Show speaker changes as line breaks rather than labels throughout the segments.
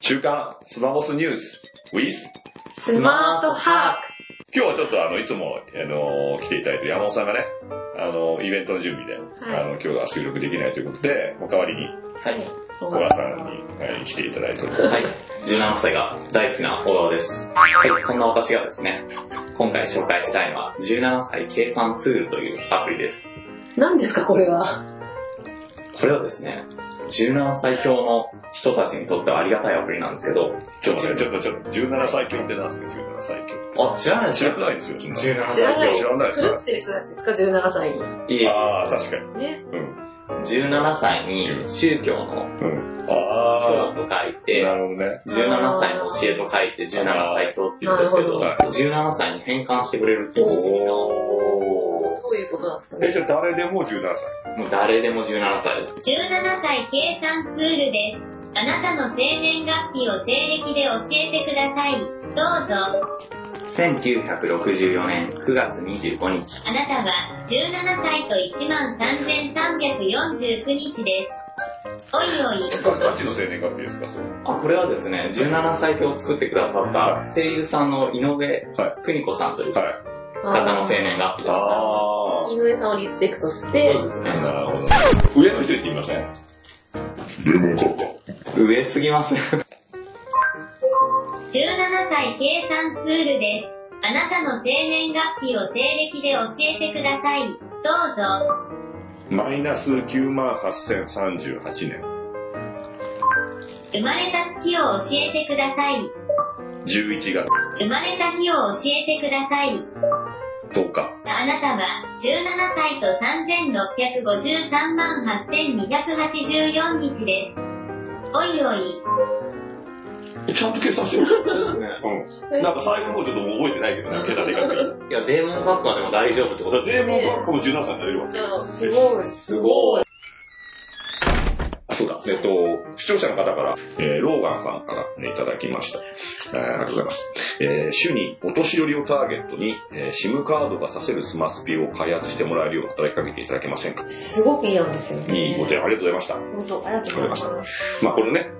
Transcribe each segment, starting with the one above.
週刊スマホスニュース with
スマートハ
今日はちょっとあの、いつも、あのー来ていただいてる山本さんがね、あのーイベントの準備で、
は
あ
い
の、今日は収録できないということで、お代わりに、
はい。
ック。
小川さんに、はい来ていただいております。
はい。17歳が大好きな小川です。はい。そんな私がですね、今回紹介したいのは、17歳計算ツールというアプリです。
何ですか、これは。
これはですね、17歳表の人たちにとってはありがたいアプリなんですけど、
ちょっとね、ちょっと、ちょっと、17歳級ってなんですか、17歳級。
あ、知らないです
知
よ
らないですよ、そんな。
17
知らない
歳
知らないです
狂
か
ってる人たちですか、17歳に。
表。いえ、
ああ、確かに。
ね。
うん。
17歳に宗教の
うん。
教
あ
と書い
あ、
て、
なるほどね。
17歳の教えと書いて17歳教って言うんですけど、
なる
17歳に変換してくれるっていう仕組みなの
お
どういうことなんですか
ー。え、
ね
じ。ゃあ誰でも17歳。
もう誰でも17歳です。
17歳計算ツールです。あなたの生年月日を西暦で教えてください。どうぞ。
1964年9月25日、
あなたは17歳と13,349日です。おいおい。
えガチの青年月日ですか、そう。
あ、これはですね、17歳表を作ってくださった声優さんの井上
は
邦子さんという方
はい。
の青年月日です。
あ
井上さんをリスペクトして
そう、です
あ、
ね。
なるほどね。上の人言ってみませんレモンカッパ。
上すぎます。
17歳計算ツールです。あなたの生年月日を西暦で教えてください。どうぞ。
マイナス98,038年。
生まれた月を教えてください。
11月
生まれた日を教えてください。
10日。
あなたは17歳と3653万8284日です。おいおい。
えちゃんと計算してるう
です
ん。
ね。
なんか最後の方ちょっともう覚えてないけどね、桁でかすぎて。だ
いや、デーモン学科でも大丈夫ってこ
か
と
らデーモンバッカも17歳になれるわけ。
あすごい。
すごい。
あそうだ。えっと、視聴者の方から、えーローガンさんから、ね、いただきました。えーありがとうございます。えー主にお年寄りをターゲットに、えー SIM カードがさせるスマスピを開発してもらえるよう働きかけていただけませんか
すごくいいんですよ
いいご提
ね。
案ありがとうございました。
本当、ありがとうございます。
まあこれね、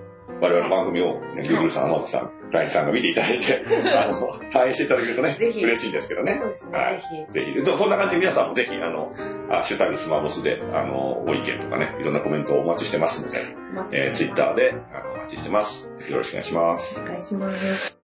我々の番組を、ね、Google さん、Amazon さん、LINE さんが見ていただい て、あの、反映していただけるとね、
ぜひ
嬉しいんですけどね
そ。うです
は
ね
い、ぜひ、そうこんな感じで皆さんもぜひ、あの、あシュタグスマボスで、あの、ご意見とかね、いろんなコメントをお待ちしてますので、
ぜひ待ち
えー、
してま
Twitter であのお待ちしてます。よろしくお願いします。
す。お願いします。